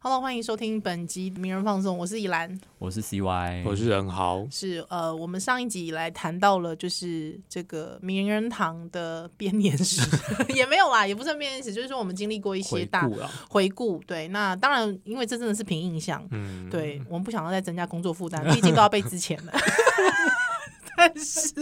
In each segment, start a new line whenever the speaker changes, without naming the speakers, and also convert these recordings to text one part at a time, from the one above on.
Hello，欢迎收听本集名人放送，我是依兰。
我是 CY，
我是任豪，
是呃，我们上一集以来谈到了就是这个名人堂的编年 史，也没有啦，也不算编年史，就是说我们经历过一些
回
大
顾啊
啊
了。
回顾。对，那当然，因为这真的是凭印象，
嗯，
对我们不想要再增加工作负担，毕竟都要被之前 了。但是，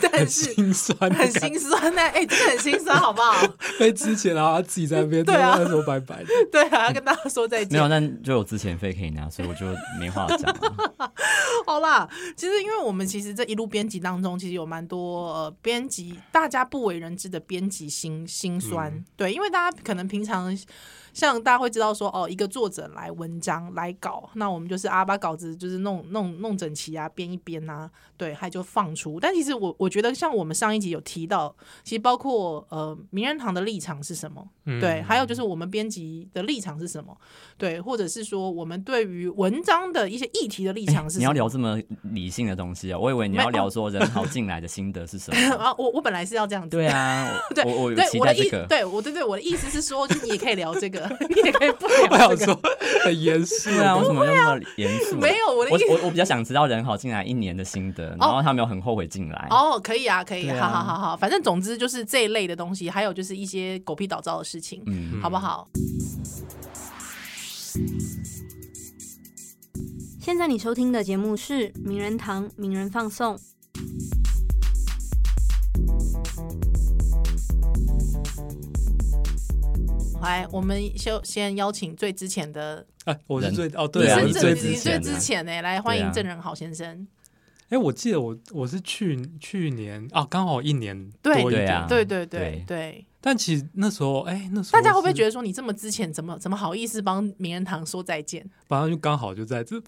但 是
心 酸
很心酸呢、哎、真的很心酸，好不好？
被之前啊，自己在 那边
对啊
说拜拜 的。
对啊，要跟大家说再
没
见
有，。但就有之前费可以拿，所以我就没话讲 了。
好啦，其实因为我们其实这一路编辑当中，其实有蛮多呃编辑大家不为人知的编辑辛辛酸、对，因为大家可能平常像大家会知道说哦，一个作者来文章来稿，那我们就是啊把稿子就是弄弄弄整齐啊，编一编啊，对，还就放出。但其实我我觉得像我们上一集有提到，其实包括呃名人堂的立场是什么，
嗯
对，还有就是我们编辑的立场是什么，对，或者是说我们对于文章的一些议题的立场是什么。
你要聊这么理性的东西啊？我以为你要聊说人好进来的心得是什么。
啊，我我本来是要这样子。
对 啊，
对
我我我有
对
期
我的
待
意
这，个。
对我对对我的意思是说，就是你也可以聊这个， 你也可以不聊、这个。
我想说很严 肃，
对啊，为什么要那么严肃？啊
没有我的意
我
思
我我比较想知道人好进来一年的心得，然后他没有很后悔进来。
哦，可以啊，可以，
对啊
好好好好，反正总之就是这一类的东西，还有就是一些狗屁倒灶的事情，
嗯，
好不好？
现在你收听的节目是《名人堂名人放送》。
来，我们先先邀请最之前的，
哎，我是
人
最哦，对啊，
你
是
我是
这
最
你最
之
前的
之前呢、欸来欢
对
迎
啊
郑仁豪先生。
哎，我记得我我是去去年啊，刚好一年
对
多一
对
点
啊，
对对对
对
对，
但其实那时候，哎，那时候
大家会不会
是
觉得说你这么之前怎么怎么好意思帮名人堂说再见？
反正就刚好就在这，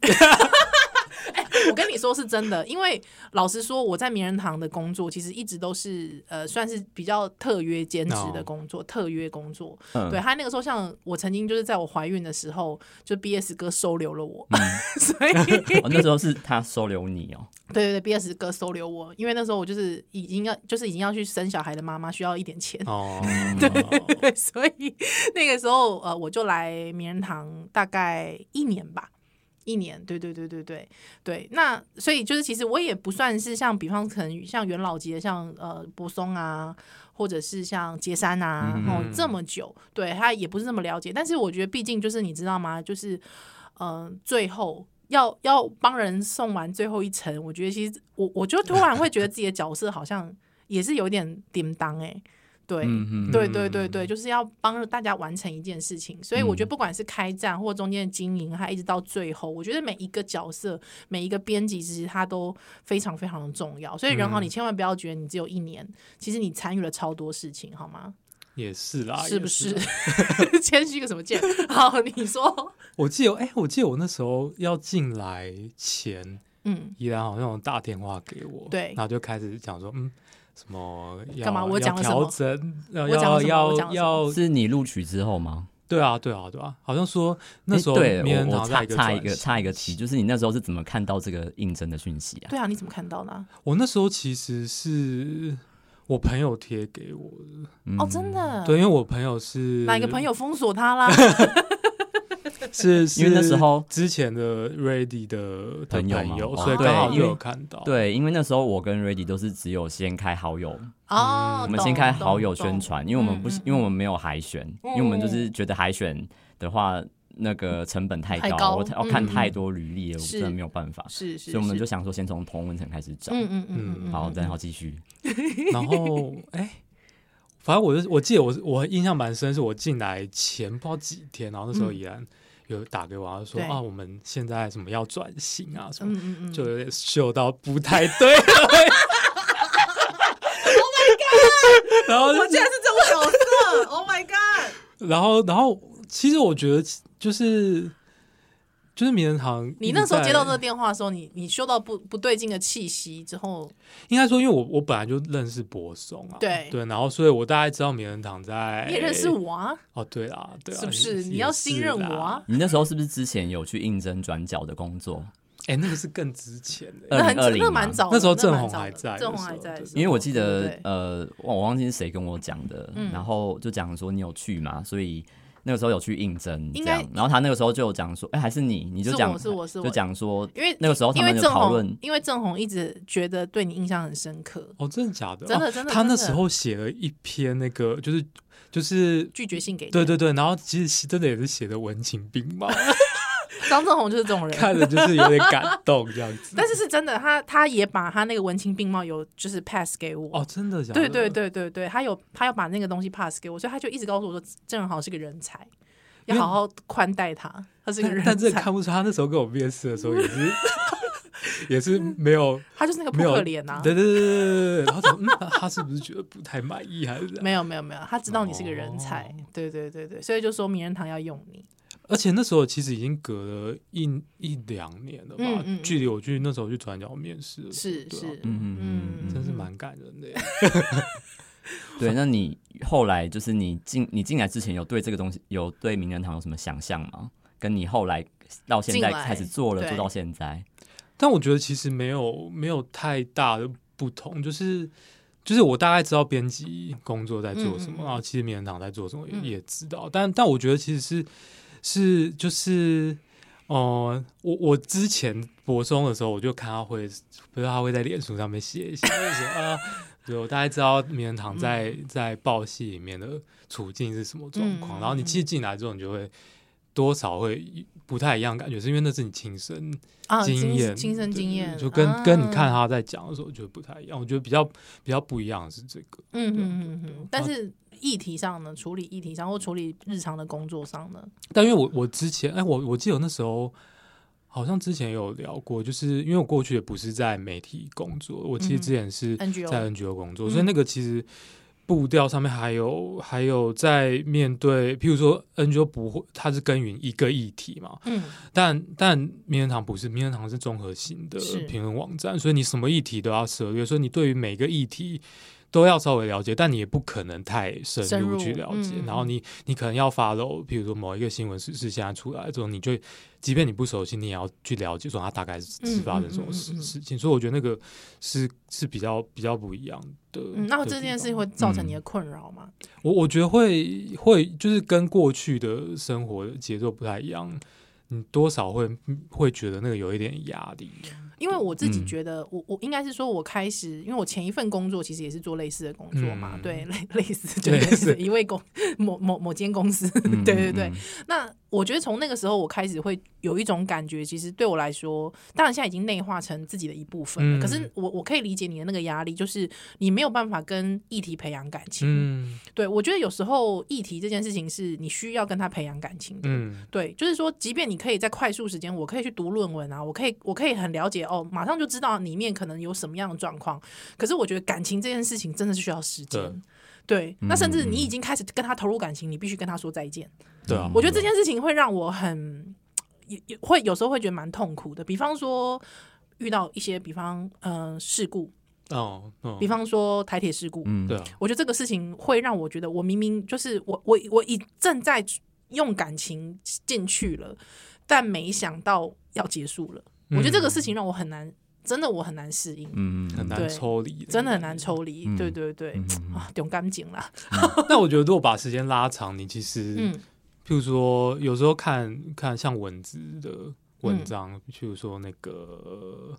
我跟你说是真的，因为老实说，我在名人堂的工作其实一直都是呃，算是比较特约兼职的工作特约工作。
嗯
对，他那个时候，像我曾经就是在我怀孕的时候，就 BS 哥收留了我， 所以
哦那时候是他收留你哦，
对对对，BS 哥收留我，因为那时候我就是已经要就是已经要去生小孩的妈妈，需要一点钱。
哦，
对， 所以那个时候呃，我就来名人堂大概一年吧，一年，对对对对对对。那所以就是，其实我也不算是像，比方可能像元老级的，像呃柏松啊，或者是像杰山啊，
嗯
哦这么久，对他也不是那么了解。但是我觉得，毕竟就是你知道吗？就是呃，最后。要要帮人送完最后一程，我觉得其实我我就突然会觉得自己的角色好像也是有点叮当哎、对，
嗯嗯
对对对对，就是要帮大家完成一件事情，所以我觉
嗯
得不管是开战或中间的经营，还一直到最后，我觉得每一个角色、每一个编辑，其实它都非常非常的重要。所以任豪，
嗯
你千万不要觉得你只有一年，其实你参与了超多事情，好吗？
也是
啊
啦，
是不
也
是
啦？
谦虚个什么谦？好，你说，
我记得，哎，我记得我那时候要进来前，
嗯，
依然好像有打电话给我，
对
然后就开始讲说，嗯，什么要
干嘛我
要
讲了什么
调整，要
我讲了
要
什么我讲了什
要要，
嗯是你录取之后吗？
对啊，对啊，对啊，好像说那
诶
时候
对
名人
我我
堂在
差
一
差一
个转
个
型
差一个题，就是你那时候是怎么看到这个应征的讯息啊？
对啊，你怎么看到的啊？
我那时候其实是我朋友贴给我的，
哦，真的，
嗯
对，因为我朋友是
哪个朋友封锁他 啦？
是是
因为那时候
之前的 Ready 的的
朋友嘛
友，
哦
所以刚好
对
就有看到，
对，因为那时候我跟 Ready 都是只有先开好友，
哦，
嗯我们
懂
先开好友
懂
宣传，因为我们不
嗯
是
嗯，哦
因为我们没有海选，因为我们就是觉得海选的话，那个成本太
太
高，
高
我要看
嗯
太多履历了，我
是
真的没有办法，
是是，
所以我们
是
就想说先从同文层开始找。
嗯嗯嗯嗯嗯，
好，
嗯
然后继续。
然后哎、反正我就我记得我我印象蛮深，是我进来前不知道几天，然后那时候
嗯
怡然有打给我，他说
对
啊，我们现在什么要转型啊什么，
嗯嗯嗯，
就有点嗅到不太对了。Oh my god！然后就
Oh 我竟然是这种角色，Oh my god！
然后，然后，其实我觉得就是就是名人堂，
你那时候接到这个
这，
电话的时候，你你嗅到不不对劲的气息之后，
应该说，因为我我本来就认识柏松啊，
对
对，然后所以我大概知道名人堂在，
你也认识我啊，
哦，对啊，哎对啊，
是不是？
也
你要信任我啊！！
你那时候是不是之前有去应征转角的工作？
也是啦哎，那个是更值钱的，
呃
那很
2020
那蛮早的，
那时候郑
蛮
红
早
还
的
在
郑
的
红
时
还
候
在的时候，
因为我记
对
得呃
不对
呃，我我忘记是谁跟我讲的，
嗯
然后就讲说你有去嘛，所以那个时候有去应征这
应该
样，然后他那个时候就有讲说，哎、还是你，你就是讲
我是我是我
就讲说，
因为
那个时候他
因为
们有
郑
讨
红
论，，
因为郑红一直觉得对你印象很深刻，
哦，真的假的？
真的
哦
真的
他
真的
那时候写了一篇那个，就是就是，
拒绝信给你
对对对，然后其实真的也是写的文情并 茂，
张正宏就是这种人。
看着就是有点感动这样 子。
但是是真的，他他也把他那个文情并茂有就是 pass 给我，
哦，真的假的？
对对，对对对，他有他有把那个东西 pass 给我，所以他就一直告诉我说，郑好是个人才，
因
要
为
好好宽待他，他是个
但
人
但这
才，
看不出他那时候跟我面试的时候 也是也是没有
他就是那个扑
没有
克脸啊，
对对对对对对，然后想嗯，他他是不是觉得不太满意还是怎样？
没有没有没有，他知道你是个人才，
哦
对对对对，所以就说名人堂要用你，
而且那时候其实已经隔了一一两年了吧，
嗯嗯嗯
距离我去那时候去转角面试的时候
是
对啊
是，
嗯嗯嗯嗯
真是蛮感人的耶。
对，那你后来就是你进你进来之前有对这个东西有对名人堂有什么想象吗？跟你后来到现在
进来
开始做了，
对
做到 现在，
但我觉得其实没有没有太大的不同，就是就是我大概知道编辑工作在做什
嗯嗯
么，
嗯
然后其实名人堂在做什么也,、
嗯
也知道，但但我觉得其实是是就是。哦、我我之前国中的时候，我就看他会，不是他会在脸书上面写一些，就是啊， 对，我大概知道名人堂在、在报系里面的处境是什么状
嗯嗯
况。
嗯
然后你其实进来之后，你就会多少会不太一样的感觉，是因为那是你亲身
啊，
经验、
亲身经
对
验，
就跟、跟你看
啊，
他在讲的时候，我觉得不太一样。我觉得比较比较不一样的是这个，
嗯嗯嗯嗯，但是议题上呢，处理议题上或处理日常的工作上呢，
但因为我我之前哎，我我记得我那时候好像之前有聊过，就是因为我过去也不是在媒体工作，我其实
嗯
之前是
NGO
在 NGO 工作，
嗯
所以那个其实。步调上面还有还有在面对，譬如说 NGO 不会，它是耕耘一个议题嘛，
嗯
但但名人堂不是，名人堂是综合性的
是
评论网站，所以你什么议题都要涉猎，所以你对于每个议题都要稍微了解，但你也不可能太深
深
入
入
去了解。
嗯嗯
然后你你可能要 follow，比如说某一个新闻时事现在出来之后，你就即便你不熟悉，你也要去了解说它大概是
嗯
是发生什么
嗯
事
嗯嗯嗯
事情。所以我觉得那个是是比较比较不一样的。
嗯，那
的
这
地
件事
方
会造成你的困扰吗？
我我觉得会会就是跟过去的生活的节奏不太一样，你多少会会觉得那个有一点压力。
因为我自己
嗯
觉得，我我应该是说，我开始，因为我前一份工作其实也是做类似的工作嘛，
嗯
对，类 类似就
类
类
似
似一位公某某某间公司，
嗯
对对对。
嗯嗯
那我觉得从那个时候，我开始会有一种感觉，其实对我来说，当然现在已经内化成自己的一部分了。
嗯
可是我我可以理解你的那个压力，就是你没有办法跟议题培养感情。
嗯
对我觉得有时候议题这件事情是你需要跟他培养感情的。
嗯
对，就是说，即便你可以在快速时间，我可以去读论文啊，我可以，我可以很了解哦，马上就知道里面可能有什么样的状况。可是我觉得感情这件事情真的是需要时间。对，那甚至你已经开始跟他投入感情，你必须跟他说再见。
对啊
我觉得这件事情会让我很，也也会有时候会觉得蛮痛苦的。比方说遇到一些，比方嗯、呃事故，
哦哦，
比方说台铁事故，
嗯
对啊，
我觉得这个事情会让我觉得，我明明就是我我我已正在用感情进去了，但没想到要结束了。我觉得这个事情让我很难，真的我很难适应，
嗯
嗯很难
对
抽离，
真的很难。抽离。
嗯
对对对，
嗯
啊， 勇敢紧啦。
那我觉得如果把时间拉长，你其实、
嗯
譬如说有时候看看像文字的
嗯
文章，譬如说那个。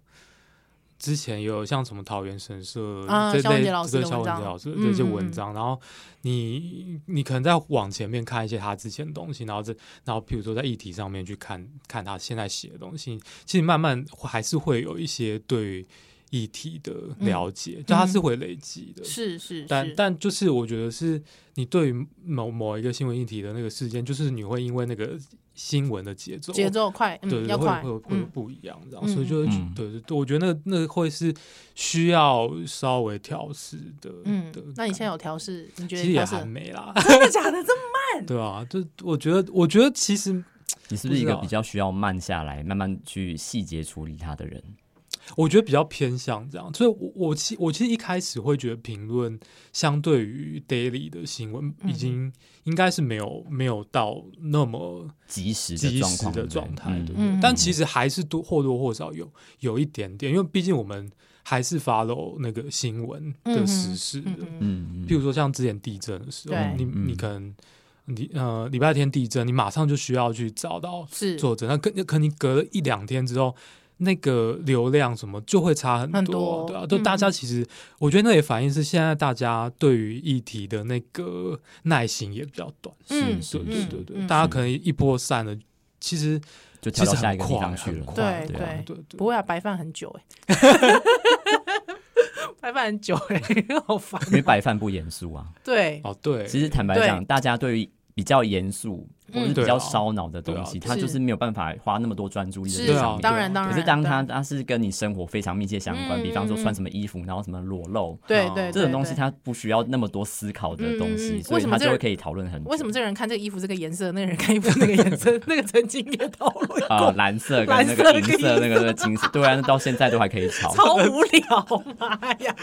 之前有像什么桃园神社
啊
这
萧文
类
杰老师
对
的
萧
文
文
章
杰老师
嗯
这些
嗯
文
嗯
章，然后你你可能再往前面看一些他之前的东西，然后这然后譬如说在议题上面去看看他现在写的东西，其实慢慢还是会有一些对议题的
嗯
了解，就他是会累积的，
是是
但
是，
但就是我觉得是你对于某某一个新闻议题的那个事件，就是你会因为那个新闻的节奏，
节奏快，嗯，
对对
要
会
快
会，会
嗯，
不一样，这样，
嗯
所以就会去
嗯
对对对，我觉得那那会是需要稍微调试的，
嗯
的。
那你现在
感觉
有调试？你觉
其
得
实也
调试
还
很
没 啦，
真的假的？这么
对啊，就我觉得我觉得其实
你是不是一
不
个
知道
比较需要慢下来，慢慢去细节处理它的人？
我觉得比较偏向这样，所以我我其我其实一开始会觉得评论相对于 daily 的新闻
嗯
已经应该是没有没有到那么。
及时
及
的状
时
况，
的
对不
状
对
态，对不
嗯
对
嗯？
但其实还是多或多或少有有一点点，因为毕竟我们还是 follow 那个新闻的时事的。
嗯嗯嗯
嗯，嗯
譬如说像之前地震的时候
对，
你
嗯
你可能礼呃礼拜天地震，你马上就需要去找到
是
作者，那可可你隔了一两天之后。那个流量什么就会差很多，
很多
对啊，就
嗯
大家其实，我觉得那也反映是现在大家对于议题的那个耐心也比较短，
嗯
对对对对，
嗯
大家可能一波散了，其实
就
其
跳
实
到下一
很
个地
快啊
方去
很
了。
快，
对
对啊对对
不会啊，白饭很久哎、 白饭很久哎、 好烦
因为白饭不严肃啊。
对，
哦对，
其实坦白讲，大家对于比较严肃或者
嗯
是比
对啊
较烧脑的东西，
对
啊
他就是没有办法花那么多专注力在
是哦
对
上
啊
面。
当然当然。
可是当
当
他
然
他是跟你生活非常密切相关，
嗯
比方说穿什么衣服，然后什么裸露，
对
哦
对
这种东西
对
他不需要那么多思考的东
嗯嗯
西，
嗯
所
为
以
什么
他
这
就
个
会可以讨论很久。
为什么这个人看这个衣服这个颜色，那个人看衣服那个颜色？ 那个曾经也讨 论
啊、
过，
蓝色跟
蓝
那
色
个银
跟
色
银
那个那个金色，对啊，那到现在都还可以吵。
超无聊，妈呀！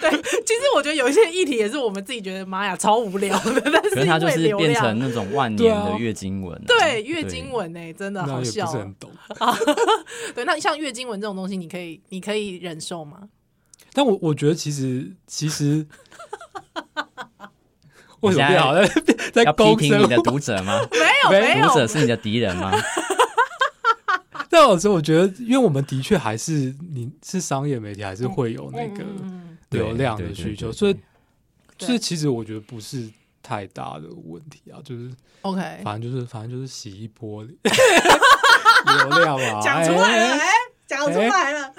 对，其实我觉得有一些议题也是我们自己觉得妈呀超无聊的，但
可
是
是
因
它就
为
是
流
变成
量，
那种万
对
年
啊
的月经文、啊。
对月经文哎、真的
那
好
也不是
笑哦、
很懂。
对，那像月经文这种东西，你可以你可以忍受 吗？
但我我觉得其实其实，为
你现
什么
在
变好了？ 在
要批
勾
评
身
你的读者吗？
没有 没有
读，者是你的敌人 吗？
但有时候我觉得，因为我们的确还是你是商业媒体，还是会有那个
嗯
对
流量
对
的
对
需求，
对
所以
对
对
所以其实我觉得不是太大的问题啊，就是
OK，
反正就是反正就是洗一 波 流量嘛，
讲出来了，
哎
哎，讲出来了，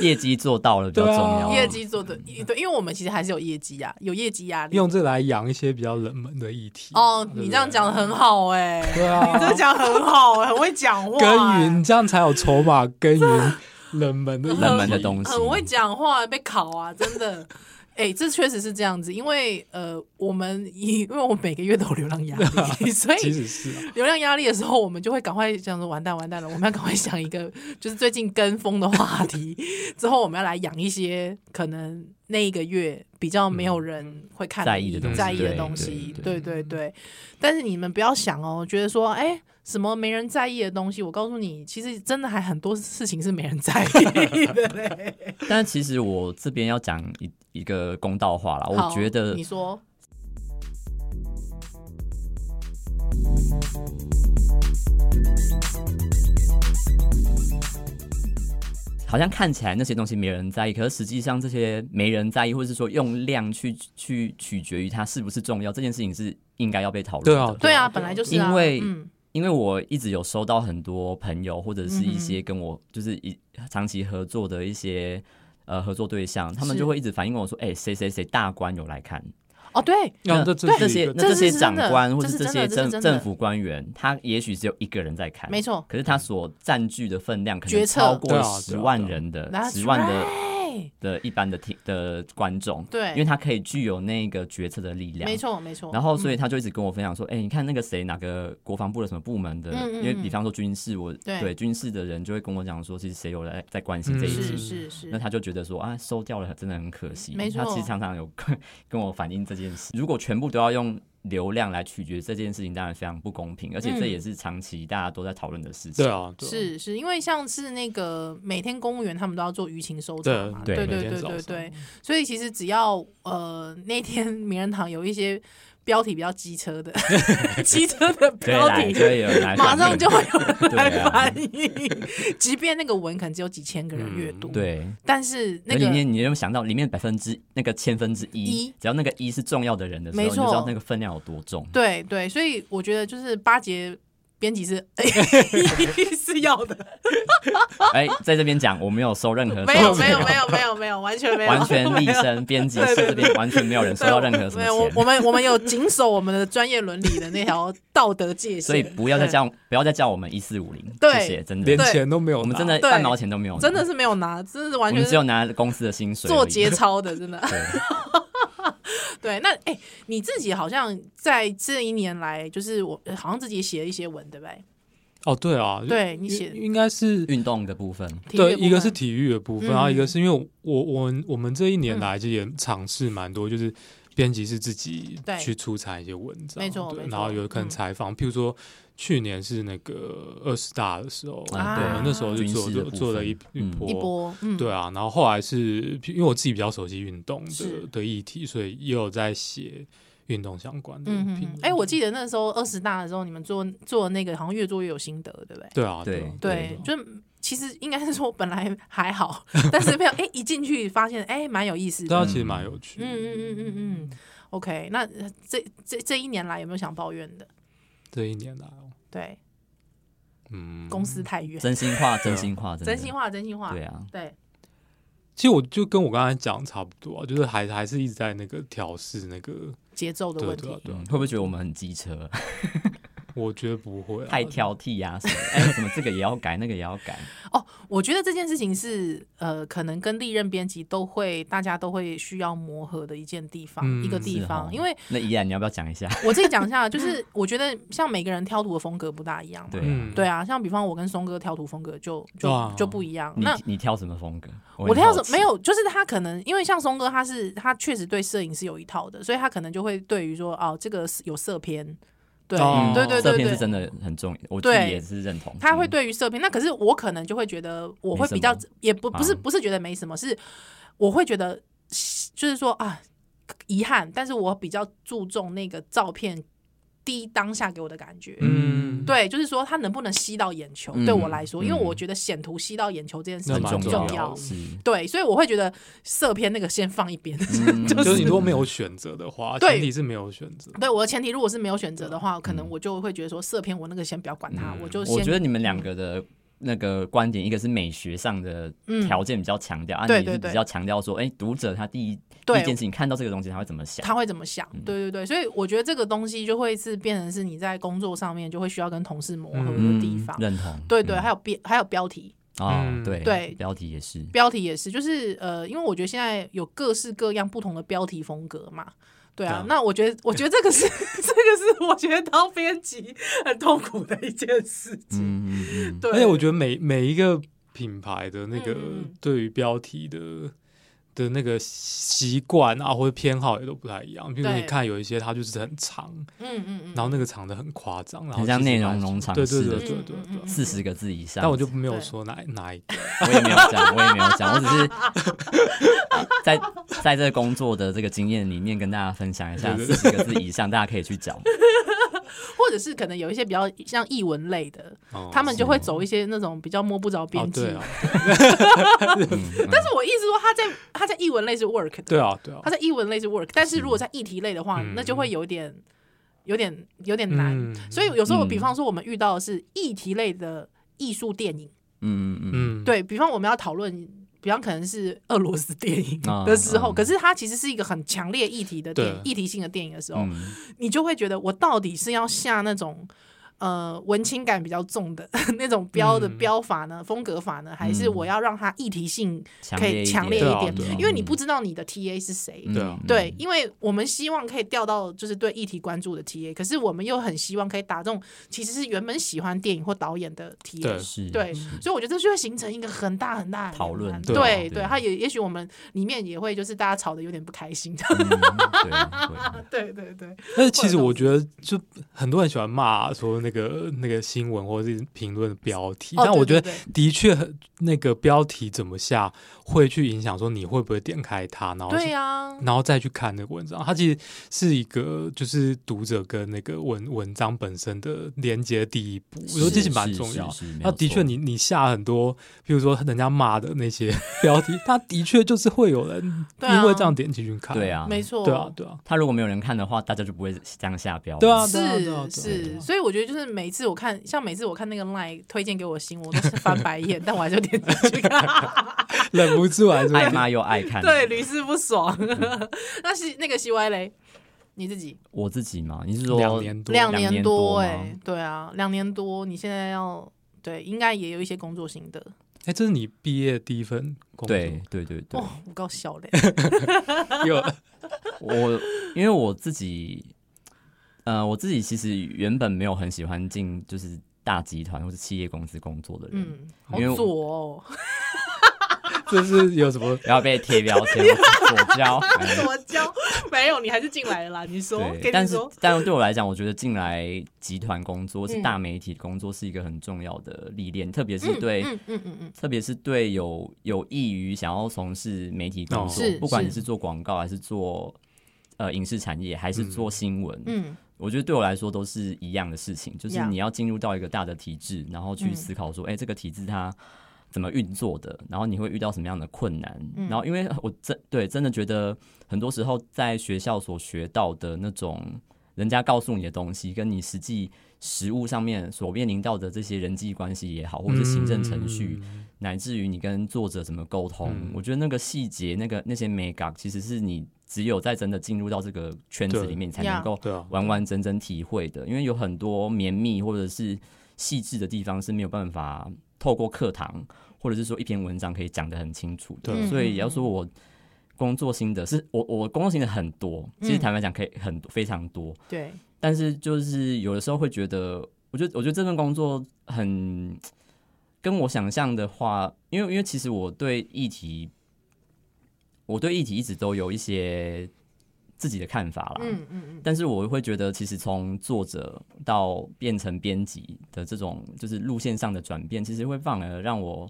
业绩做到了比较重要、
对啊
业绩做的对，因为我们其实还是有业绩呀，有业绩压力。
用这来养一些比较冷门的议题
哦
对，不
你
对
这样讲的很好 哎，
对啊
你这讲得很好哎，很会讲话哎，
耕耘，这样才有筹码耕耘冷门的议
冷门的
题
东西，
很嗯会讲话，被考啊，真的。 哎、这确实是这样子，因为呃，我们以因为我每个月都有流 量压力，所
其
以
实是啊，
流量压力的时候，我们就会赶快想说完蛋完蛋了，我们要赶快想一个 就是最近跟风的话题，之后我们要来养一些可能那一个月比较没有人会看
在意的东西
在意的
对
东西，对
对
对对。但是你们不要想哦，觉得说哎、什么没人在意的东西，我告诉你，其实真的还很多事情是没人在意的嘞。
但其实我这边要讲一一个公道话啦，
好
我觉得
你说
好像看起来那些东西没人在意，可是实际上这些没人在意，或者是说用量去去取决于它是不是重要，这件事情是应该要被讨论
对
的。
啊，
对啊，本来就是啊，
因为
嗯
因为我一直有收到很多朋友或者是一
嗯
些跟我就是一长期合作的一些呃合作对象，他们
是
就会一直反映跟我说，哎、谁谁谁大官有来看，
哦对，
那这
那这
这是一
些
个
那这
这是
些
真的
长官
这
或者
是
这
真
些
的这是
政
真的
政府官员，他也许只有一个人在看，
没错，
可是他所占据的分量可
决
能
策
超
对
过
啊
十
对啊
万
对啊
人的
That's
十万的
right
的一般的听的观众，
对
哎因为他可以具有那个决策的力量，
没。错没错。嗯
然后，所以他就一直跟我分享说：“哎、你看那个谁，哪个国防部的什么部门的？
嗯嗯
因为
嗯
比方说军事，我
对
军事的人就会跟我讲说，其实谁有来在关心这一
嗯
是
集。
是是，
那他就觉得说啊，收掉了真的很可惜。
没错
他其实常常有跟我反映这件事。如果全部都要用流量来取决这件事情，当然非常不公平，而且这
嗯
也是长期大家都在讨论的事情。
对啊，对啊
是是因为像是那个每天公务员他们都要做舆情收查嘛，
对
对
每
对
天
对
早
对
上
对，所以其实只要呃那天名人堂有一些标题比较机车的 机车的
对
标
来，
题。
对有人来
马
反
上
映
就会有人来
对啊
翻译，即便那个文可能只有几千个人阅读，，
对。
但是那
嗯而里
个
面你有没有想到里面百分之那个千分之一
一，
只要那个一是重要的人的时候，
没
你
错
就知道那个分量有多重。
对对，所以我觉得就是巴结编 辑是 是要的，
哎，在这边讲，我没有收任何
没有
钱
没有没有没有没有，完全没有，
完全立
没有。
身编辑
对
室
对
这边完全没有人收到任何什
没有
么
我我
钱，
们我们有谨守我们的专业伦理的那条道德界限，
所以不要再叫不要再叫我们一四五零，
对
谢谢，真
连
的，
对
钱都没有拿，
我们真的
对
半毛钱都没有拿，
真的是没有拿，真的是
哦我
完全
们只有
是
拿公司的薪水而已
做节操的，真的。
对
对，那哎、你自己好像在这一年来，就是我好像自己写了一些文，对不对？
哦，对啊，就
对你
应
写
应该是
运动的部分，
体育
对，
的部
一个是
分
体育的部分，然后一个
嗯
是因为我我我们我们这一年
嗯
来其实也尝试蛮多，就是编辑是自己
对
去出产一些文章，
没错
对
没
然后
错
有可能
嗯
采访，譬如说去年是那个二十大的时候，我
啊
对
们那时候就
军
做
事的
做
部
做了
分
一一
嗯
一
波。
波，嗯，
对啊，然后后来是因为我自己比较熟悉运动的
是
的议题，所以也有在写运动相关的
嗯嗯
评论
嗯。。哎、我记得那时候二十大的时候，你们做做那个好像越做越有心得，对不对？
对啊，对啊
对
对，
就其实应该是说本来还好， 但是没有哎、一进去发现哎蛮、有意思
对啊，
的。
嗯
其实蛮有趣
嗯
的。
嗯嗯嗯嗯嗯。OK，那呃这这这一年来有没有想抱怨的？
这一年来哦，
对，
嗯，
公司太远，
真心话，真心话，真的
真心话，真心话，
对啊，
对
其实我就跟我刚才讲差不多啊，就是还还是一直在那个调试那个，
节奏的
对
问
对啊
题，
对
嗯
啊，
会不会觉得我们很机车，
我觉得不会啊
太挑剔呀、什么的？哎，怎么这个也要改，那个也要改？
我觉得这件事情是呃，可能跟历任编辑都会，大家都会需要磨合的一件地方，
嗯
一个地
是
方，
哦
因为
那依然你要不要讲一下？
我自己讲一下，就是我觉得像每个人挑图的风格不大一样嘛。
对
嗯，
对啊，像比方我跟松哥挑图风格就就、
哇
就不一样。
你
那
你挑什么风格？
我挑什
么
没？有，就是他可能因为像松哥他是他确实对摄影是有一套的，所以他可能就会对于说哦这个是有色片，对、
哦
对对
嗯这
对
片
对
是真的很重要，我自
对
己也是认同。
他会
嗯
对于色片，那可是我可能就会觉得我会
没什
比较
么
也不不是
啊
不是觉得没什么，是我会觉得就是说啊遗憾，但是我比较注重那个照片第一当下给我的感觉。
嗯，
对，就是说它能不能吸到眼球，
嗯
对我来说，因为
嗯
我觉得显图吸到眼球这件事
那
情
蛮
很
很
重
重
要
要
要
的。
是，
对，所以我会觉得色片那个先放一边。
嗯
就是你如果 没有选择的话，
对
前提是没有选择。
对我的前提，如果是没有选择的话，可能我就会觉得说色片我那个先不要管它，
嗯
我就先。
我觉得你们两个的那个观点，一个是美学上的
嗯
条件比较强调，啊，
对
你
对
是
对
比较强调说，哎，读者他第一第
对
一件事情看到这个东西，他会怎么想？
他会怎么想？对对对，所以我觉得这个东西就会是变成是你在工作上面就会需要跟同事磨合
嗯
的地方。
认同，
对对，还有标还有标题，
嗯哦
嗯，
对
对
标题也是，
标题也是，就是呃，因为我觉得现在有各式各样不同的标题风格嘛。对
对
啊
啊，
那我觉得，我觉得这个是 这个是我觉得当编辑很痛苦的一件事情。
嗯嗯嗯，
对，
而且我觉得每每一个品牌的那个
嗯嗯嗯
对于标题的的那个习惯啊，或者偏好也都不太一样。比如
对
你看有一些它就是很长，
嗯嗯嗯，
然后那个长的很夸张，然后
很像
其实
内
蛮
容农场
对对
式
对
的
对对对
嗯嗯嗯
对。
四十个字以上，
但我就没有
对
说哪哪一个，哦
我也没有讲，我也没有讲，我只是在在这个工作的这个经验里面跟大家分享一下，
对
四
对
十个字以上大家可以去找，
或者是可能有一些比较像译文类的，
哦
他们就会走一些那种比较摸不着
哦
边际。
对啊嗯
但是我意思说，他在他在译文类是 work 的，
对啊对啊
它，在译文类是 work，但是如果在议题类的话，
嗯
那就会有点、有点、有点难。
嗯
所以有时候，
嗯
比方说我们遇到的是议题类的艺术电影，
嗯嗯嗯，
嗯，
对比方我们要讨论，比方可能是俄罗斯电影
啊
的时候，
嗯
可是它其实是一个很强烈议题的电影
对
议题性的电影的时候，
嗯
你就会觉得我到底是要下那种。呃，文青感比较重的 那种标的
嗯
标法呢，风格法呢，还是
嗯
我要让它议题性
强
可
烈
以强烈
对
一
啊
点
对啊？
因为你不知道你的 TA 是谁，
嗯
对啊
对，因为我们希望可以调到就是对议题关注的 TA，可是我们又很希望可以打中其实是原本喜欢电影或导演的 TA。
对
是，
对所以我觉得这就会形成一个很大很大的
嗯讨论
两难
对啊
对
对
对，他也也许我们里面也会就是大家吵得有点不开心。
嗯
对
对
对对，
但是其实我觉得，就很多人喜欢骂说那个那个新闻或者是评论的标题，
哦
但我觉得
对对
的确很那个标题怎么下会去影响说你会不会点开它，然后
对对呀，
然后再去看那个文章。它其实是一个就是读者跟那个文文章本身的连接第一步，我觉得
是
这是蛮重要。
是是是没
那
有
的确
错
你，你下很多，比如说人家骂的那些 标题，它的确就是会有人
对啊
因为这样点进去看。
对，啊，
没错，
对啊，对啊，
他如果没有人看的话，大家就不会这样下标了。
对啊，对啊，对啊
是
对啊对
是，
啊
所以我觉得就是每次我看，像每次我看那个 line 推荐给我的新闻，我都是翻白眼， 但我还是点进去看。
忍不住啊还 是
爱骂又爱看。
对，屡试不爽。 那是那个 C Y 嘞，你自己
我自己嘛，你是说
两年多，
两
两
年
年
多
多
哎、
吗
对啊，两年多，你现在要对，应该也有一些工作心得
哎、这是你毕业第一份工作，
对对对对
哦，，我够小 嘞，
有
我因为我自己，呃，我自己其实原本没有很喜欢进就是大集团或是企业公司工作的人，
嗯，好
因为我
左哦，
这是有什么？
然后被贴标 签、左交。嗯
左交没有，你还是进来了啦，你说，
对，
跟
但
你
是
说，
但对我来讲，我觉得进来集团工作是
嗯
大媒体工作是一个很重要的历练，特别是对
嗯嗯嗯嗯，
特别是对有有益于想要从事媒体工作，
哦
是
不管你
是
是做广告还是做呃影视产业，还是做新闻，
嗯
我觉得对我来说都是一样的事情，就是
Yeah
你要进入到一个大的体制，然后去
嗯
思考说，哎、这个体制它怎么运作的，然后你会遇到什么样的困难。
嗯
然后，因为我真对真的觉得，很多时候在学校所学到的那种人家告诉你的东西，跟你实际实务上面所面临到的这些人际关系也好，或者是行政程序，
嗯
乃至于你跟作者怎么沟通，
嗯
我觉得那个细节、那个那些美感，其实是你只有在真的进入到这个圈子
对
里面，你才
Yeah
能够
对啊，
完完整整体会的，因为有很多绵密或者是细致的地方是没有办法透过课堂或者是说一篇文章可以讲得很清楚的。
对
所以要说我工作心得是我我工作心得很多，其
嗯
实坦白讲可以很多非常多，
对，
但是就是有的时候会觉得，我觉得我觉得这份工作很跟我想象的话，因为因为其实我对议题，我对议题一直都有一些自己的看法啦。
嗯嗯嗯，
但是我会觉得，其实从作者到变成编辑的这种就是路线上的转变，其实会反而让我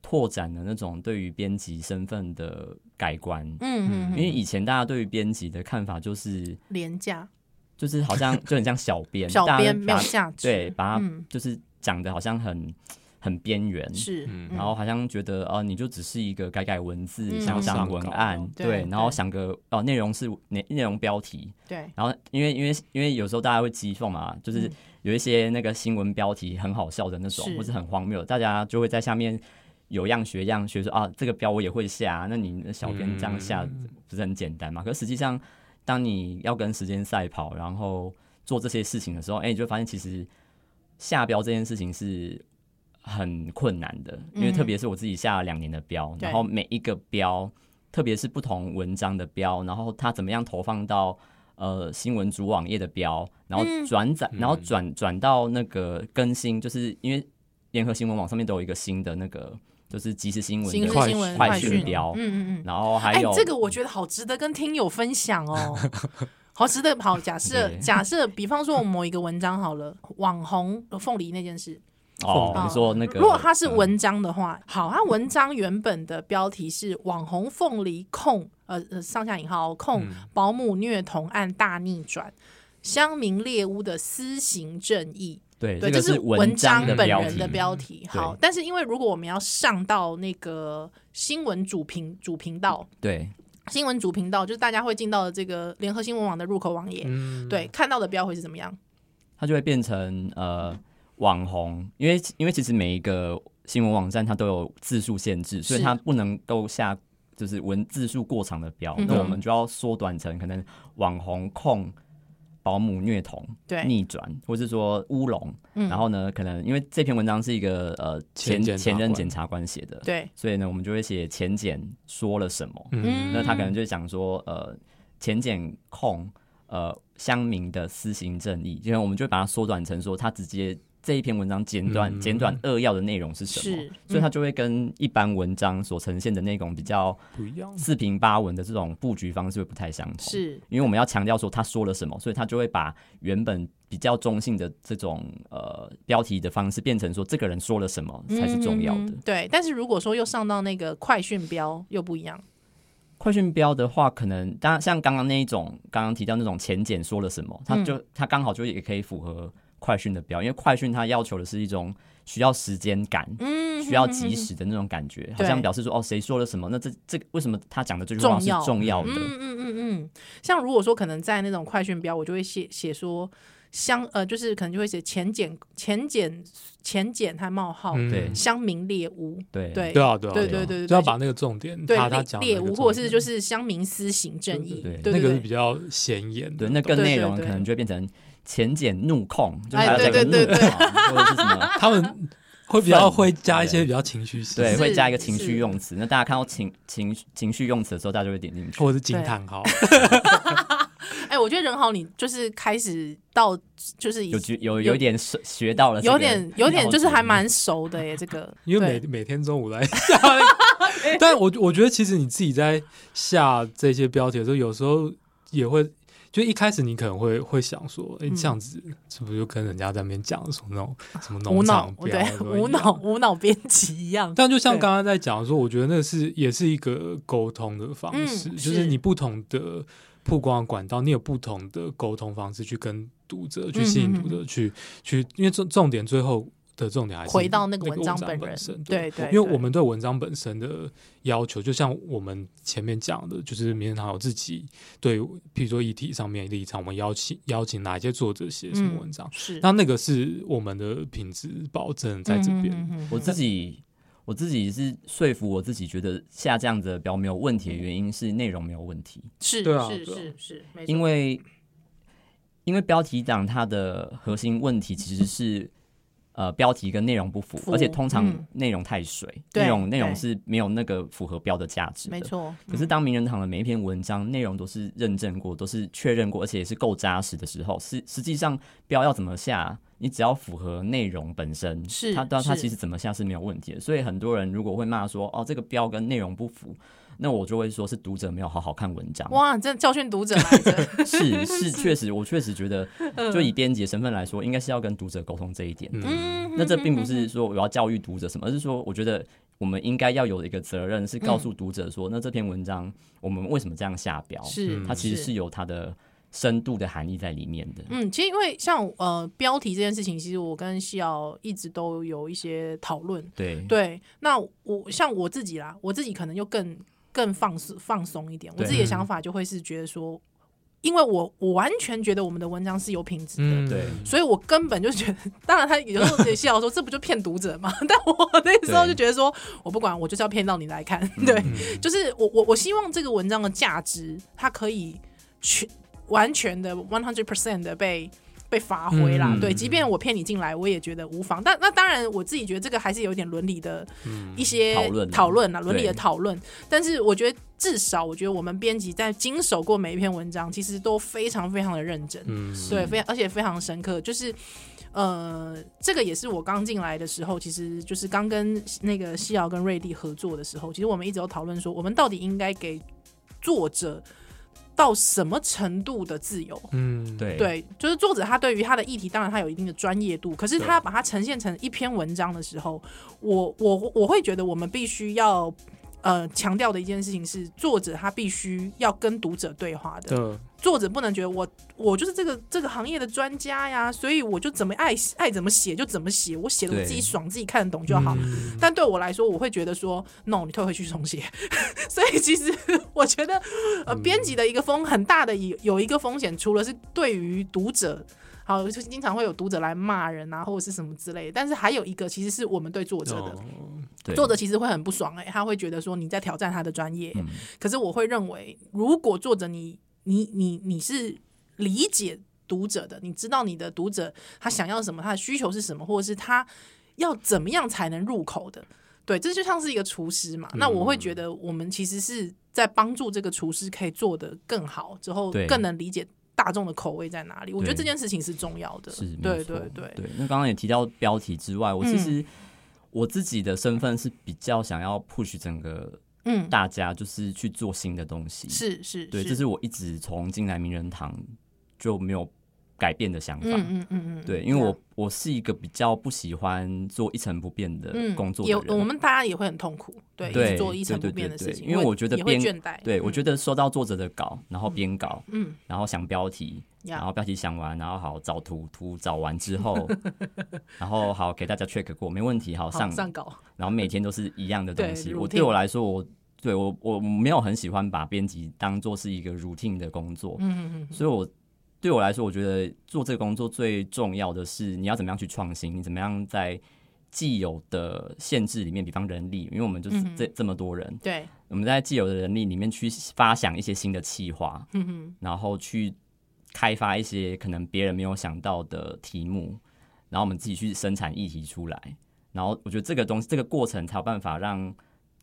拓展了那种对于编辑身份的改观。
嗯嗯，
因为以前大家对于编辑的看法就是，
廉价
就是 好像就很像小编，
小
大家
编没有
把
价值，
对，把它
嗯
就是讲的好像很很边缘，
是，
嗯
然后好像觉得哦、你就只是一个改改文字、
嗯
想想文案
上，
稿对
对，然后
对
想个哦内容是内内容标题，
对，
然后因为因为因为有时候大家会讥讽嘛，就是
嗯
有一些那个新闻标题很好笑的那种，
是
或是很荒谬的，大家就会在下面有样学样学说啊，这个标我也会下，啊那你那小编这样下
嗯
不是很简单嘛？可实际上，当你要跟时间赛跑，然后做这些事情的时候，哎，你就会发现其实下标这件事情是。很困难的，因
嗯
为特别是我自己下了两年的标，
对
然后每一个标，特别是不同文章的标，然后它怎么样投放到呃新闻主网页的标，然后
嗯
转载，
嗯
然后转转到那个更新，就是因为联合新闻网上面都有一个新的那个就是即时新闻
新
的
快
新闻
讯
快
讯
讯
讯
标，
嗯嗯嗯，
然后还
哎
有、，
这个我觉得好值得跟听友分享 哦。好值得好，假设
对
假设，比方说我们某一个文章好了，网红凤梨那件事，
哦，
哦
你说那个嗯
如果它是文章的话，好，它文章原本的标题是“网红凤梨控”，呃呃，上下引号哦控、
嗯
保姆虐童案大逆转，乡民猎巫的私刑正义，
对
对，
这个
是
文
章
的
本
标
人
题
的标题。
对
好，但是因为如果我们要上到那个新闻主频主频道，
对
新闻主频道就是大家会进到的这个联合新闻网的入口网页，
嗯，
对，看到的标会是怎么样？
它就会变成呃网红，因为因为其实每一个新闻网站它都有字数限制，所以
是
它不能够下就是文字数过长的标，
嗯哼
那我们就要缩短成可能网红控。保姆虐童、
对，
逆转，或是说乌龙，
嗯
然后呢，可能因为这篇文章是一个呃前
前检察
前任
官
检察官写的，
对，
所以呢，我们就会写前检说了什么，
嗯
那他可能就想说，呃，前检控呃乡民的私刑正义，因为我们就会把它缩短成说，他直接这一篇文章简短、
嗯
简短扼要的内容是什么，
是
所以他就会跟一般文章所呈现的那种比较
不一样，
四平八稳的这种布局方式会不太相同。
是
因为我们要强调说他说了什么，所以他就会把原本比较中性的这种呃标题的方式变成说这个人说了什么才是重要的。
嗯嗯嗯对，但是如果说又上到那个快讯标，又不一样。
快讯标的话，可能当然像刚刚那一种，刚刚提到那种浅检说了什
嗯
么，它就它刚好就也可以符合快讯的标，因为快讯它要求的是一种需要时间感。
嗯
需要及时的那种感觉，好像表示说哦，谁说了什么？那这这个为什么他讲的这句话
重
是
要
重要的？
嗯嗯嗯嗯，像如果说可能在那种快讯标，我就会写写说相呃，就是可能就会写前检前检前检和冒号
嗯
对
乡民猎巫，
对
对
对啊，对啊，
哦对对
啊
对对
就要
对
把那个重点，
对
他他讲的
猎
那个
巫
重
或者是
点
就是乡民私刑正义，
对对
对
那个是
对
比较显眼
对，
的东西，
那更
对
内
对
容
对
可能就会变成浅检怒控，就是
哎
还有
对
这个怒
对对对
控或者是什 么。
他们会比较
愤
会加一些
对
比较情绪性，
对，
是
会加一个情
是
绪用词。那大家看到情情情绪用词的时候，大家就会点进去。
或者是惊
对
叹号，
哎，我觉得任豪你就是开始到就是已
有觉有
有
有一点是学到了这个
有
要点，
点有点就是还蛮熟的耶，这个
因为
对
每每天中 午来 下那个，但我我觉得其实你自己在下这些标题的时候，有时候也会。就一开始你可能会会想说，哎、
嗯
这样子是不是就跟人家在那边讲什么那种什么
无
农
脑
场标啊
对
都一
无
样
脑无脑编辑一样，
但就像
对
刚刚在讲说，我觉得那是也是一个沟通的方式，
嗯
就是是你不同的曝光的管道，你有不同的沟通方式去跟读者、去吸
嗯
引读者、去去，因为重重点最后的重点还是
回到那
那
个
文
文章
本
本人
身，
对对
因为
对
我们对文章本身的要求，就像我们前面讲的，就是名人堂有自己对，譬如说议题上面立场，我们邀请邀请哪一些作者写什么
嗯
文章，
是嗯
那那个是我们的品质保证在这边。
我自己我自己是说服我自己，觉得下这样子的标没有问题的原因是内容没有问题，
是
对啊
是
对啊
是是，没
因
错
为因为标题党它的核心问题其实是。呃，标题跟内容不符，
符
而且通常
嗯
内容太水，
对
内容内容
对
是没有那个符合标的价值的。
没错，嗯
可是当名人堂的每一篇文章内容都是认证过、都是确认过，而且也是够扎实的时候，实实际上标要怎么下，你只要符合内容本身，
是
它它啊它
是
其实怎么下是没有问题的。所以很多人如果会骂说哦这个标跟内容不符，那我就会说是读者没有好好看文章。
哇，真的教训读者来 着，
是是，确实我确实觉得，
嗯
就以编辑的身份来说，应该是要跟读者沟通这一点。
嗯，
那这并不是说我要教育读者什么，而是说我觉得我们应该要有一个责任，是告
嗯
诉读者说，那这篇文章我们为什么这样下标？
是
它其实是有它的深度的含义在里面的。
嗯，其实因为像呃标题这件事情，其实我跟西瑶一直都有一些讨论。
对，
对，那我像我自己啦，我自己可能就更更放松放松一点。我
对
自己的想法就会是觉得说，因为我我完全觉得我们的文章是有品质的。
嗯
对
所以我根本就觉得，当然他有时候也笑说这不就骗读者嘛？ 但我那时候就觉得说，我不管，我就是要骗到你来看。
嗯
对，就是我我我希望这个文章的价值，它可以全完全的 one hundred percent 的被。被发挥啦，
嗯
对，即便我骗你进来，我也觉得无妨。但那当然，我自己觉得这个还是有点伦理的一些
讨论啊
讨论啦，伦理的
对
讨论。但是我觉得，至少我觉得我们编辑在经手过每一篇文章，其实都非常非常的认真。
嗯，
对，非常而且非常深刻，就是。呃，这个也是我刚进来的时候，其实就是刚跟那个西瑶跟瑞丽合作的时候，其实我们一直有讨论说，我们到底应该给作者到什么程度的自由？
嗯，
对
对，就是作者他对于他的议题，当然他有一定的专业度，可是他把它呈现成一篇文章的时候，我我我会觉得我们必须要呃强调的一件事情是，作者他必须要跟读者对话的。
的，
作者不能觉得我我就是这个这个行业的专家呀，所以我就怎么爱爱怎么写就怎么写，我写的我
对
自己爽，自己看得懂就好。
嗯
但对我来说，我会觉得说，no，你退回去重写。 所以其实我觉得，呃，
嗯
编辑的一个风很大的有有一个风险，除了是对于读者。好，就是经常会有读者来骂人啊，或者是什么之类的。但是还有一个，其实是我们对作者的，
哦
对，
作者其实会很不爽哎、他会觉得说你在挑战他的专业。
嗯
可是我会认为，如果作者你你你你是理解读者的，你知道你的读者他想要什么，他的需求是什么，或者是他要怎么样才能入口的。对，这就像是一个厨师嘛。那我会
嗯
觉得，我们其实是在帮助这个厨师可以做得更好，之后
对
更能理解大众的口味在哪里。我觉得
对
这件事情是重要的。
是，没
对
错
对对，嗯
对。那刚刚也提到标题之外，我其实、我自己的身份是比较想要 push 整个
嗯，
大家就是去做新的东西，
是是，
对，这是我一直从进来名人堂就没有改变的想法。
嗯嗯嗯嗯，
对，因为
对啊
我我是一个比较不喜欢做一成不变的
嗯，
工作的
也
人。
我们大家也会很痛苦，对，一直
对
做一成不
对对
变的
对
事
对
情，
因为
会
我觉得
也会
编
倦怠，
对，
嗯
我觉得收到作者的稿，然后编稿，
嗯，
然后想标题，
呀
然后标题想完，然后好找图，图找完之 后，然后好给大家 check 过，没问题，好
好
上，
上稿，
然后每天都是一样的东
对
西。我
routine
对我来说，我对我我没有很喜欢把编辑当做是一个 routine 的工作，
嗯嗯
所以我对我来说，我觉得做这个工作最重要的是你要怎么样去创新，你怎么样在既有的限制里面，比方人力，因为我们就是这、这么多人，
对，
我们在既有的人力里面去发想一些新的企划，
嗯嗯，
然后去开发一些可能别人没有想到的题目，然后我们自己去生产议题出来，然后我觉得这个东西这个过程才有办法让。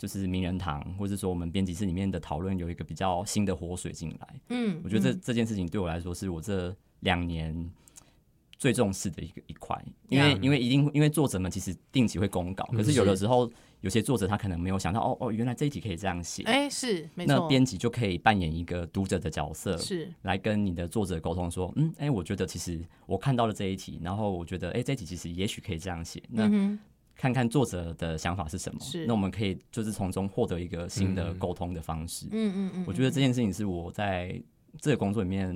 就是名人堂，或者说我们编辑室里面的讨论有一个比较新的活水进来，
嗯，
我觉得
嗯
这这件事情对我来说是我这两年最重视的一个一块，因为
Yeah
因为一定因为作者们其实定期会公稿，
嗯
可是有的时候有些作者他可能没有想到，哦哦，原来这一题可以这样写，
哎是没
那
错，
编辑就可以扮演一个读者的角色。
是嗯
来跟你的作者沟通说，嗯，哎，我觉得其实我看到了这一题，然后我觉得，哎，这一题其实也许可以这样写，那
嗯
看看作者的想法是什么，
是
那我们可以就是从中获得一个新的沟通的方式。
嗯嗯嗯，
我觉得这件事情是我在这个工作里面，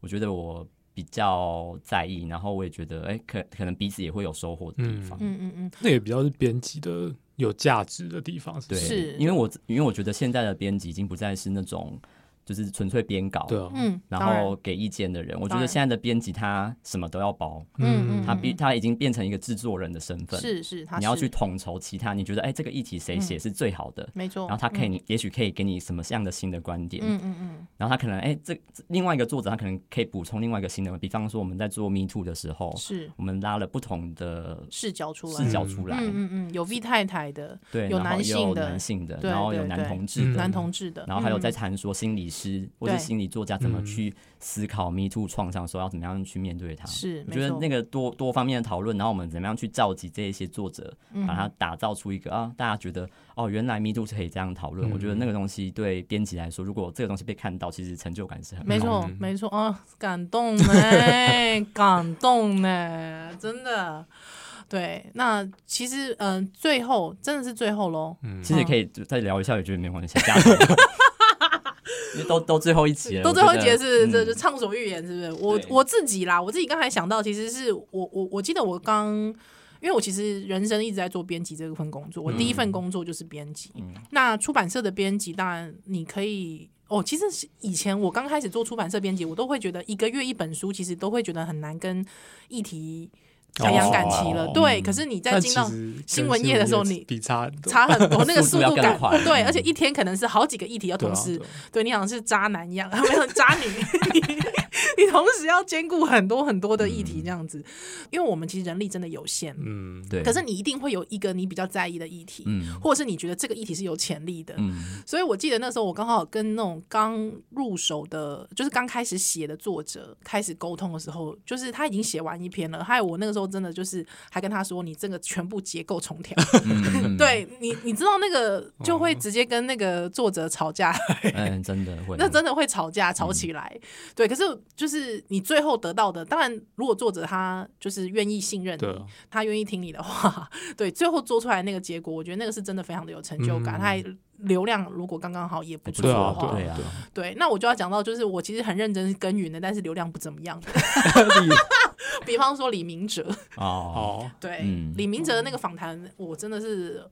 我觉得我比较在意，然后我也觉得，哎、可可能彼此也会有收获的地方。
嗯嗯嗯，
那也比较是编辑的有价值的地方，是不
对，
是
是
因为我因为我觉得现在的编辑已经不再是那种就是纯粹编稿，
对啊，
嗯，
然
当然
后给意见的人。我觉
当
得
然
现在的编辑他什么都要包，
嗯嗯
他必他已经变成一个制作人的身份，
是是，他
你要
是
去统筹其他，你觉得哎、这个议题谁写是最好的，
没错，
然后他可以
嗯
你、也许可以给你什么样的新的观点，
嗯嗯嗯，
然后他可能哎、这这另外一个作者他可能可以补充另外一个新的，比方说我们在做 Me Too 的时候，
是
我们拉了不同的
视角出来，
哦视角出来，
嗯嗯嗯，有 V 太太的
对，
有
然后
男
也有
性的
男性的，
对
然后有
对
男
对
同志
嗯
的。
男同志的，
然后还有在
嗯
谈说心理师或是
对
心理作家怎么
嗯
去思考 Me Too 创伤，说要怎么样去面对它。
是，
我
没
觉得
错
那个多多方面的讨论，然后我们怎么样去召集这一些作者，
嗯
把它打造出一个啊，大家觉得哦，原来 Me Too 是可以这样讨论。
嗯
我觉得那个东西对编辑来说，如果这个东西被看到，其实成就感是很
没
高的。
错，没错哦，感动呢，感动呢，真的。对，那其实嗯、最后真的是最后喽。
其实也可以再聊一下，也觉得没关系。下次因为都都最后一集了，
都
我
最后一
觉
节
得
是这
嗯
就畅所欲言，是不是？我
对
我自己啦，我自己刚才想到，其实是我我我记得我刚，因为我其实人生一直在做编辑这份工作，我第一份
嗯
工作就是编辑。那出版社的编辑，当然你可以。哦，其实是以前我刚开始做出版社编辑，我都会觉得一个月一本书，其实都会觉得很难跟议题培养感情了。
哦
对，
嗯
可是你在
但
进
其
到
实跟
新闻业的时候
新闻业
你
比差很多，
差很 多，那个
速
速
度要
度
更
感
快，嗯
对，而且一天可能是好几个议题要
对
同
啊
时
对啊
对你好像是渣男一样， 没有渣女，你同时要兼顾很多很多的议题这样子，因为我们其实人力真的有限，
嗯，
嗯对，
可是你一定会有一个你比较在意的议题，
嗯
或者是你觉得这个议题是有潜力的，
嗯
所以我记得那时候我刚好跟那种刚入手的，就是刚开始写的作者开始沟通的时候，就是他已经写完一篇了，还有我那个时候真的就是还跟他说，你这个全部结构重调，
嗯，
对你你知道那个就会直接跟那个作者吵架，
嗯，真的会，
那真的会吵架吵起来。对，可是就是你最后得到的，当然如果作者他就是愿意信任
对啊
你，他愿意听你的话， 对，最后做出来那个结果，我觉得那个是真的非常的有成就感，
嗯
他还流量如果刚刚好也不错
对
的
啊，
话，
对
对
啊
啊，对啊
对，那我就要讲到，就是我其实很认真耕耘的，但是流量不怎么样 的。比方说李明哲，
哦，
哦，
对，
嗯
李明哲的那个访谈，我真的是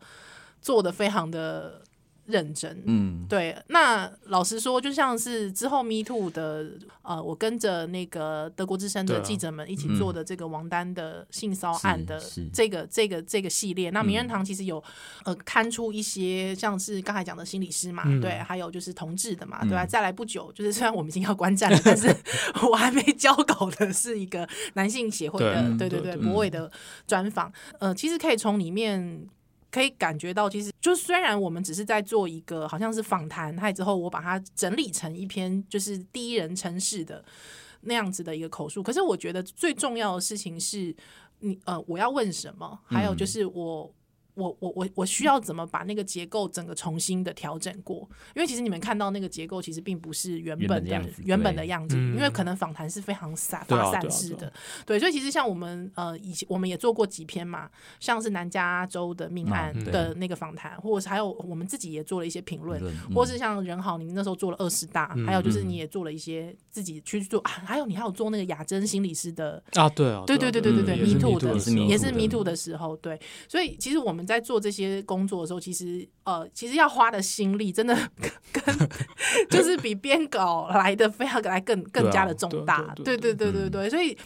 做的非常的认真。
嗯，
对，那老实说，就像是之后 Me Too 的，呃，我跟着那个德国之声的
对啊
记者们一起做的这个王丹的性骚案的
是是
这个这个这个系列，那名人堂其实有呃刊出一些像是刚才讲的心理师嘛，
嗯
对，还有就是同志的嘛，对吧、再来不久，就是虽然我们已经要观战了，但是我还没交稿的是一个男性协会的，对对
对对
对，
对
博伟的专访，呃，其实可以从里面可以感觉到，其实就虽然我们只是在做一个好像是访谈，还之后我把它整理成一篇就是第一人称式的那样子的一个口述，可是我觉得最重要的事情是你呃，我要问什么，
嗯
还有就是我。我我我我需要怎么把那个结构整个重新的调整过？因为其实你们看到那个结构其实并不是原本
原本的
的
样子
原本
对
的样子，
嗯
因为可能访谈是非常散
对啊
发散
对啊
式的
对啊，
对，所以其实像我们呃以前我们也做过几篇嘛，像是南加州的命案
嗯对
的那个访谈，或者是还有我们自己也做了一些评论
评论，嗯
或是像任豪，你那时候做了二十大，还有就是你也做了一些自己去做，啊、还有你还有做那个雅珍心理师的
啊，对啊，
对对对对对对
也是
m e
Me
Too
Too
的
的
时候
也是 Me
Me
Too 的时候，对，所以其实我们在做这些工作的时候，其实呃，其实要花的心力真的跟 就是比编稿来的非常来更更加的重大，
对
对对
啊对
对对
嗯
对，所以。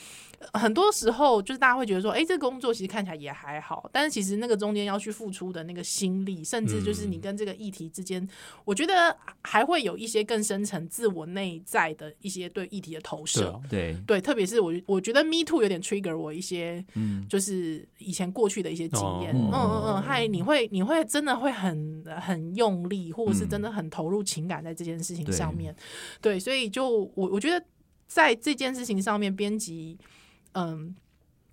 呃很多时候，就是大家会觉得说，哎、这个工作其实看起来也还好，但是其实那个中间要去付出的那个心力，甚至就是
嗯
你跟这个议题之间，我觉得还会有一些更深层自我内在的一些对议题的投射。
对啊，
对，
对，特别是我我觉得 Me Too 有点 trigger 我一些，
嗯
就是以前过去的一些经验，嗯
哦
嗯嗯，还你会你会真的会很很用力，或者是真的很投入情感在这件事情上面，嗯对，所以就我我觉得在这件事情上面，编辑嗯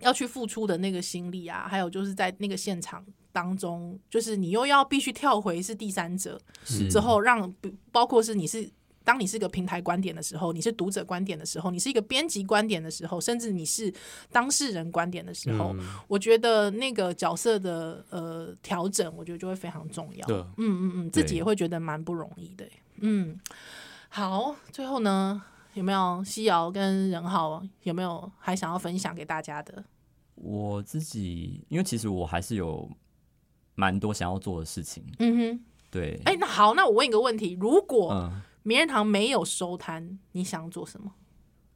要去付出的那个心力啊，还有就是在那个现场。当中，就是你又要必须跳回是第三者，
是
之后让不包括是你是当你是个平台观点的时候，你是读者观点的时候，你是一个编辑观点的时候，甚至你是当事人观点的时候，
嗯
我觉得那个角色的呃调整，我觉得就会非常重要。
对
嗯嗯嗯，自己
对
也会觉得蛮不容易的欸。嗯，好，最后呢，有没有西瑶跟任浩有没有还想要分享给大家的？
我自己，因为其实我还是有蛮多想要做的事情，
嗯哼，
对，
哎、那好，那我问一个问题：如果
嗯，
名人堂没有收摊，你想做什么？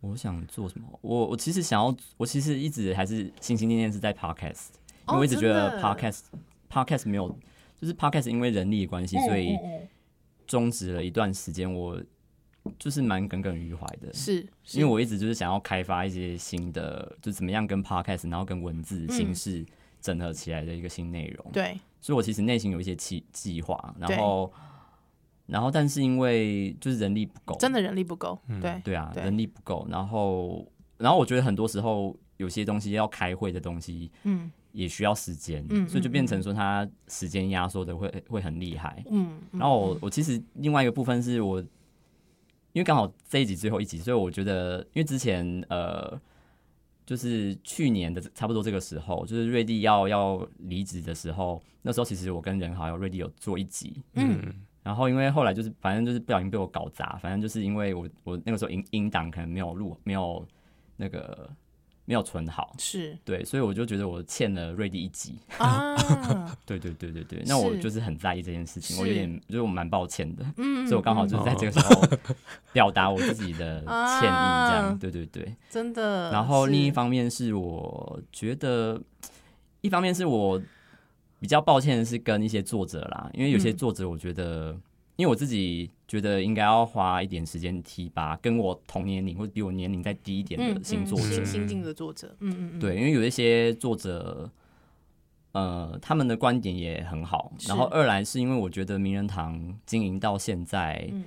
我想做什么？我我其实想要，我其实一直还是心心念念是在 podcast，因为
哦
我一直觉
真
得
的
podcast podcast 没有，就是 podcast 因为人力的关系，所以
嗯嗯嗯
终止了一段时间，我就是蛮耿耿于怀的。
是，是
因为我一直就是想要开发一些新的，就怎么样跟 podcast，然后跟文字形
嗯
式整合起来的一个新内容。
对，
所以我其实内心有一些计计划，
对
然后，然后但是因为就是人力不够，
真的人力不够，
嗯
对
对啊，
对
人力不够。然后，然后我觉得很多时候有些东西要开会的东西
嗯
也需要时间，
嗯
所以就
嗯
变成说它时间压缩的会会很厉害。
嗯，嗯
然后我我其实另外一个部分是我，因为刚好这一集最后一集，所以我觉得，因为之前呃，就是去年的差不多这个时候，就是瑞蒂要要离职的时候，那时候其实我跟任豪还有瑞蒂有做一集，
嗯
然后因为后来就是反正就是不小心被我搞砸，反正就是因为我我那个时候音音档可能没有录，没有那个没有存好，
是
对，所以我就觉得我欠了瑞蒂一集，
啊，
对对对对对，那我
是
就是很在意这件事情，
是
我有点就是我蛮抱歉的，
嗯，哦
所以我刚好就是是在这个时候 表达我自己的歉意，这
啊
样，对对对。
真的。
然后
是
另一，方面是我觉得，一方面是我比较抱歉的是跟一些作者啦，因为有些
嗯
作者我觉得，因为我自己觉得应该要花一点时间提拔跟我同年龄或者比我年龄再低一点
嗯，
的新作
嗯
者
新，新进的作者，嗯嗯，嗯，
对，因为有一些作者。呃，他们的观点也很好。
是
然后二来是因为我觉得名人堂经营到现在，
嗯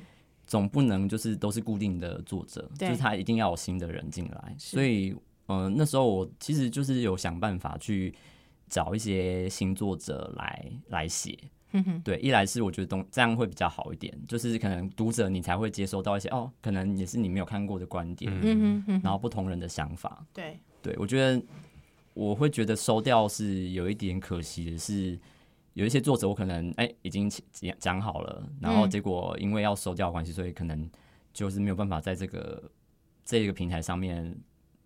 总不能就是都是固定的作者，就
对
是他一定要有新的人进来。
是
所以，呃，那时候我其实就是有想办法去找一些新作者来来写。
哼嗯哼，
对，一来是我觉得东这样会比较好一点，就是可能读者你才会接收到一些哦，可能也是你没有看过的观点，
嗯
嗯哼哼哼，
然后不同人的想法。
对，
对我觉得我会觉得收掉是有一点可惜的是，有一些作者我可能哎、已经讲讲好了，然后
嗯
结果因为要收掉的关系，所以可能就是没有办法在这个这个平台上面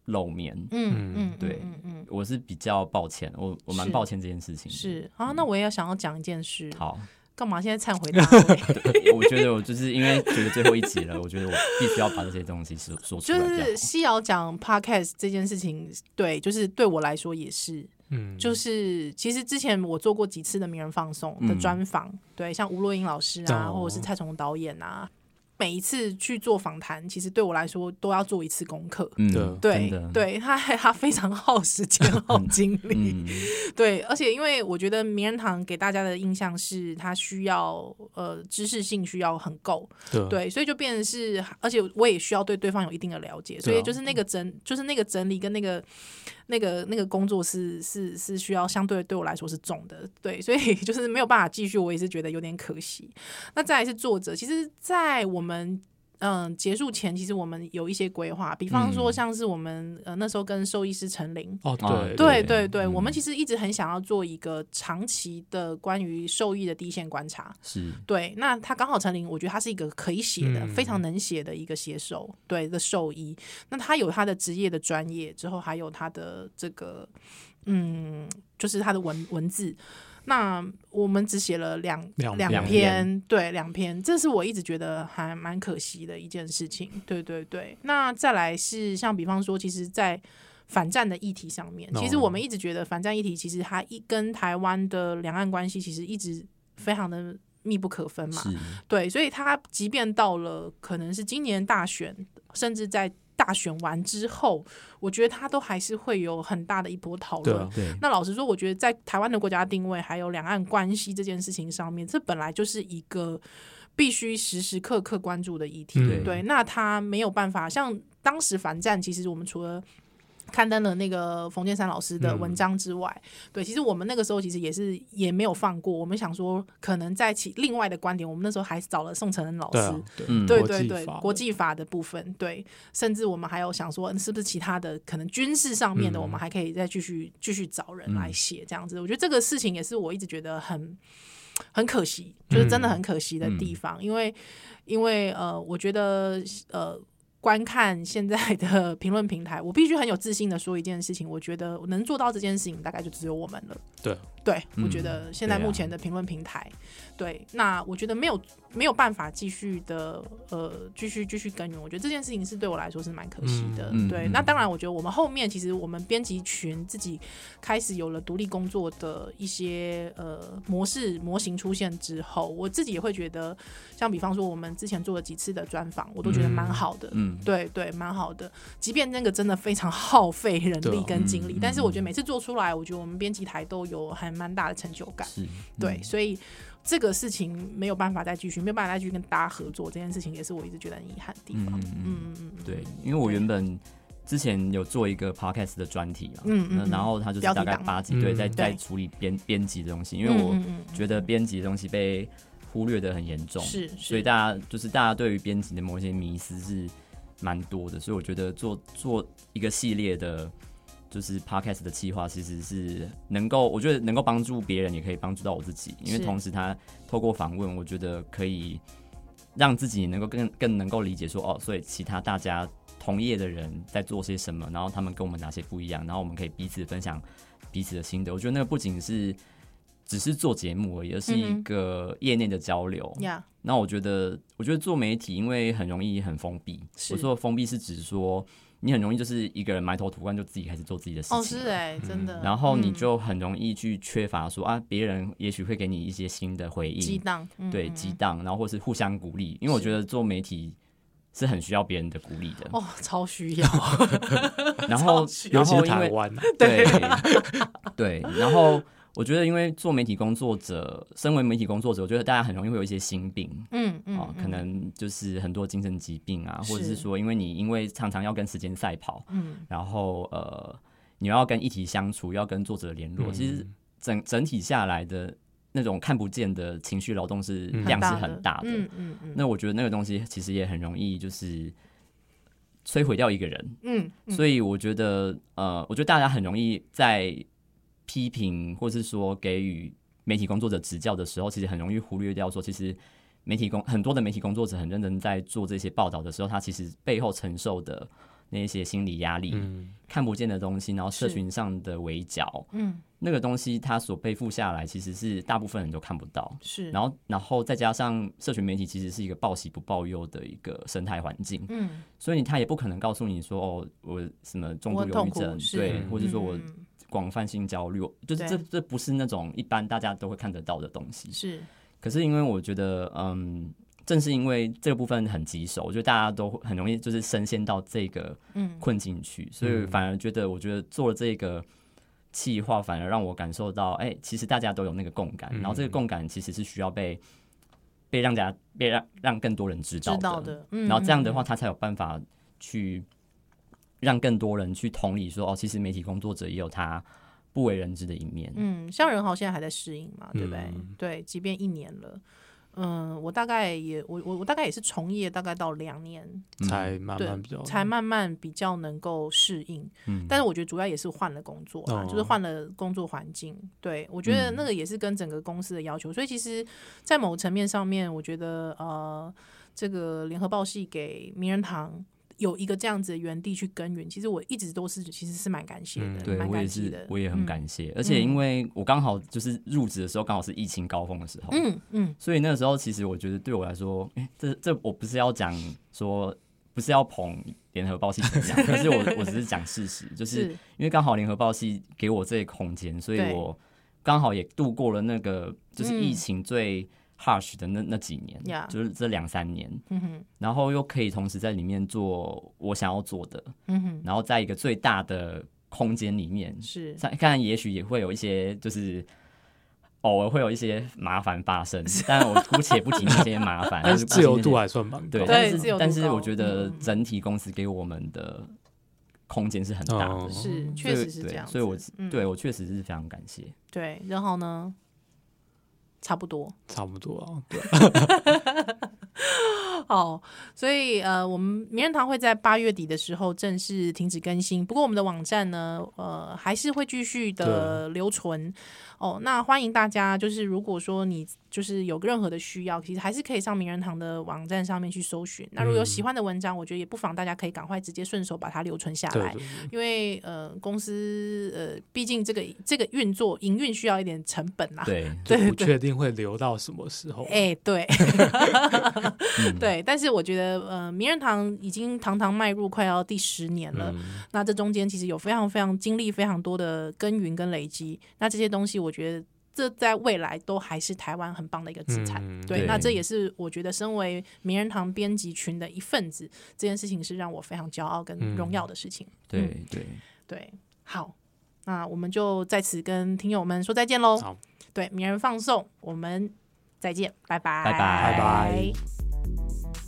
露面。
嗯
嗯
嗯，
对
嗯嗯
我是比较抱歉，我我蛮
是
抱歉这件事
嗯，
情的。
是啊，那我也要想要讲一件事，
好，
干嘛现在忏悔 大会？
我觉得我就是因为觉得最后一集了，我觉得我必须要把这些东西说说出
就
来比较好。
是西瑶讲 podcast 这件事情，对，就是对我来说也是，
嗯，
就是其实之前我做过几次的名人放送的
嗯
专访，对，像吴若英老师啊，
哦
或者是蔡崇导演啊，每一次去做访谈，其实对我来说都要做一次功课。
嗯
的，
对
真的，
对，他他非常耗时 间、耗精力。
嗯，
对，而且因为我觉得名人堂给大家的印象是，它需要呃知识性需要很够，
对
对，所以就变成是，而且我也需要对对方有一定的了解，所
对
以
啊
就是那个整，就是那个整理跟那个那个那个工作是是是需要相对对我来说是重的，对，所以 就是没有办法继续，我也是觉得有点可惜。那再来是作者，其实，在我们。嗯，结束前其实我们有一些规划，比方说
嗯
像是我们、呃那时候跟兽医师陈琳，
哦
啊
对
对
对
对对，
嗯
我们其实一直很想要做一个长期的关于兽医的第一线观察，
是
对，那他刚好陈琳，我觉得他是一个可以写的、
嗯
非常能写的一个写手，对的兽医。那他有他的职业的专业，之后还有他的这个，嗯，就是他的文文字。那我们只写了两
两
两
两
篇，对两篇，这是我一直觉得还蛮可惜的一件事情。对对对，那再来是像比方说，其实，在反战的议题上面，其实
哦
我们一直觉得反战议题其实它一跟台湾的两岸关系其实一直非常的密不可分嘛。
是，
对，所以他即便到了可能是今年大选，甚至在大选完之后，我觉得他都还是会有很大的一波讨
对
论
啊。
对，
那老实说，我觉得在台湾的国家定位还有两岸关系这件事情上面，这本来就是一个必须时时刻刻关注的议题。
嗯
对，那他没有办法，像当时反战，其实我们除了。刊登了那个冯建山老师
嗯
的文章之外，对，其实我们那个时候其实也是也没有放过，我们想说可能在其另外的观点，我们那时候还找了宋承恩老师，
对啊对
嗯
对
国
对
际
对
法，
国
的
际法的部分，对，甚至我们还有想说，嗯是不是其他的可能军事上面的，
嗯
我们还可以再继续继续找人
嗯
来写这样子。我觉得这个事情也是我一直觉得很很可惜，就是真的
嗯
很可惜的地方，因为因为呃，我觉得呃。观看现在的 评论平台，我必须很有自信的说一件事情，我觉得能做到这件事情，大概就只有我们了。
对，
对，我
嗯
觉得现在
对啊
目前的评论平台，对，那我觉得没有没有办法继续的呃继续继续耕耘，我觉得这件事情是对我来说是蛮可惜的。
嗯嗯
对，
嗯
那当然，我觉得我们后面其实我们编辑群自己开始有了独立工作的一些呃模式模型出现之后，我自己也会觉得，像比方说我们之前做了几次的专访，我都觉得蛮好的。
嗯，
对对，蛮好的。即便那个真的非常耗费人
对
力
啊
跟精力，
嗯
但是我觉得
嗯
每次做出来，我觉得我们编辑台都有还蛮大的成就感。
是，
对，
嗯
所以这个事情没有办法再继续，没有办法再继续跟大家合作，这件事情也是我一直觉得很遗憾的地方。
嗯嗯嗯
嗯嗯嗯，
对，因为我原本之前有做一个 podcast 的专题啊，
嗯嗯
那
嗯
然后它就是
标题
大概
党
八集，对，
嗯
在
对
在处理编编辑的东西，因为我
嗯嗯嗯
觉得编辑的东西被忽略的很严重，
是是
所以大家就是大家对于编辑的某一些迷思是蛮多的，所以我觉得做做一个系列的。就是 podcast 的企划其实是能够，我觉得能够帮助别人，也可以帮助到我自己，因为
是
同时他透过访问，我觉得可以让自己能够更更能够理解说，哦，所以其他大家同业的人在做些什么，然后他们跟我们哪些不一样，然后我们可以彼此分享彼此的心得。我觉得那个不仅是只是做节目而已，而是
嗯
一
哼
个业内的交流。
呀
那我觉得，我觉得做媒体因为很容易很封闭。
是
我说的封闭是指说，你很容易就是一个人埋头苦干，就自己开始做自己的事情了。
哦是哎、真的。
然后你
嗯
就很容易去缺乏说啊，别人也许会给你一些新的回应，
激荡，嗯
对
嗯
激
嗯
荡，然后或是互相鼓励，因为我
是
觉得做媒体是很需要别人的鼓励的。
哦超需要，
然后
超需，
然
尤其
后
是
因
台
为
湾啊，
对对，然后我觉得因为做媒体工作者，身为媒体工作者，我觉得大家很容易会有一些心病
嗯嗯
啊、可能就是很多精神疾病啊，或者
是
是说，因为你因为常常要跟时间赛跑，
嗯
然后呃，你要跟议题相处，要跟作者联络，其实整整体下来的那种看不见的情绪劳动是
嗯
量是
大
很大的。
嗯嗯嗯，
那我觉得那个东西其实也很容易就是摧毁掉一个人，
嗯嗯
所以我觉得呃，我觉得大家很容易在批评或是说给予媒体工作者指教的时候，其实很容易忽略掉说其实。媒体工很多的媒体工作者很认真在做这些报道的时候，他其实背后承受的那些心理压力，
嗯，
看不见的东西，然后社
是
群上的围剿，
嗯
那个东西它所背负下来，其实是大部分人都看不到。
是，
然后，然后再加上社群媒体其实是一个报喜不报忧的一个生态环境，
嗯
所以他也不可能告诉你说哦，我什么重
我
度
很
忧
痛
郁
苦
症，
是
对，
嗯
或者说我
嗯嗯
广泛性焦虑，就是
对
这这不是那种一般大家都会看得到的东西。
是
可是因为我觉得，嗯，正是因为这个部分很棘手，我觉得大家都会很容易就是深陷到这个
嗯
困境去，所
嗯
以反而觉得，我觉得做了这个企划，反而让我感受到，哎、其实大家都有那个共感，
嗯
然后这个共感其实是需要被被让大家被让让更多人知道
知
的，
道的，嗯，
然后这样的
嗯
话，他才有办法去让更多人去同理说，哦，其实媒体工作者也有他不为人知的一面，
嗯，像仁豪现在还在适应嘛，对不对？
嗯
对，即便一年了，嗯，我大概也我我我大概也是从业大概到两年，
嗯
才慢
对
慢比较，
才慢慢比较能够适应。
嗯
但是我觉得主要也是换了工作啊，
哦
就是换了工作环境。对我觉得
嗯
那个也是跟整个公司的要求，所以其实，在某层面上面，我觉得呃，这个联合报系给名人堂。有一个这样子的园地去耕耘，其实我一直都是其实是蛮感谢的，
嗯
对
蛮
我也
感激
是
的，，嗯
我也很感谢，而且因为我刚好就是入职的时候，刚好是疫情高峰的时候，
嗯嗯
所以那个时候，其实我觉得对我来说，哎、这这我不是要讲说，不是要捧联合报系怎么 样，可是我我只是讲事实，就
是
是因为刚好联合报系给我这个空间，所以
对
我刚好也度过了那个就是
嗯
疫情最 harsh 的那那几年
Yeah
就是这两三年，
嗯哼
然后又可以同时在里面做我想要做的，
嗯哼
然后在一个最大的空间里面，
是
看看，也许也会有一些，就是偶尔会有一些麻烦 发生，但我姑且不提那些麻 烦。
但是自由度
啊，
还算蛮高
对，
的，
对
但
自由度
是但是
高
我觉得
嗯
整体公司给我们的空间是很大的
哦，
是，
嗯
确
所以
实是
对
这样子。
所以我
嗯
对我确实是非常感谢。
对，然后呢，差不多。
啊差不多啊，对，
好，哦所以呃，我们名人堂会在八月底的时候正式停止更新，不过我们的网站呢，呃，还是会继续的留存。哦，那欢迎大家，就是如果说你就是有任何的需要，其实还是可以上名人堂的网站上面去搜寻。那如果有
嗯
喜欢的文章，我觉得也不妨大家可以赶快直接顺手把它留存下
对
来。
对
因为呃，公司呃，毕竟这个这个运作营运需要一点成本啊啦。
对，
对，就
对
不确定会留到什么时候。
哎、 对，对，但是我觉得，呃，名人堂已经堂堂迈入快要第十年了。
嗯，
那这中间其实有非常非常经历非常多的耕耘跟累积，那这些东西我觉得这在未来都还是台湾很棒的一个资产。
嗯
对，
对
那这也是我觉得身为名人堂编辑群的一份子，这件事情是让我非常骄傲跟
嗯
荣耀的事情。
对对，
对，好，那我们就在此跟听友们说再见喽。
好，
对，名人放送，我们再见，拜拜，
拜拜拜
拜。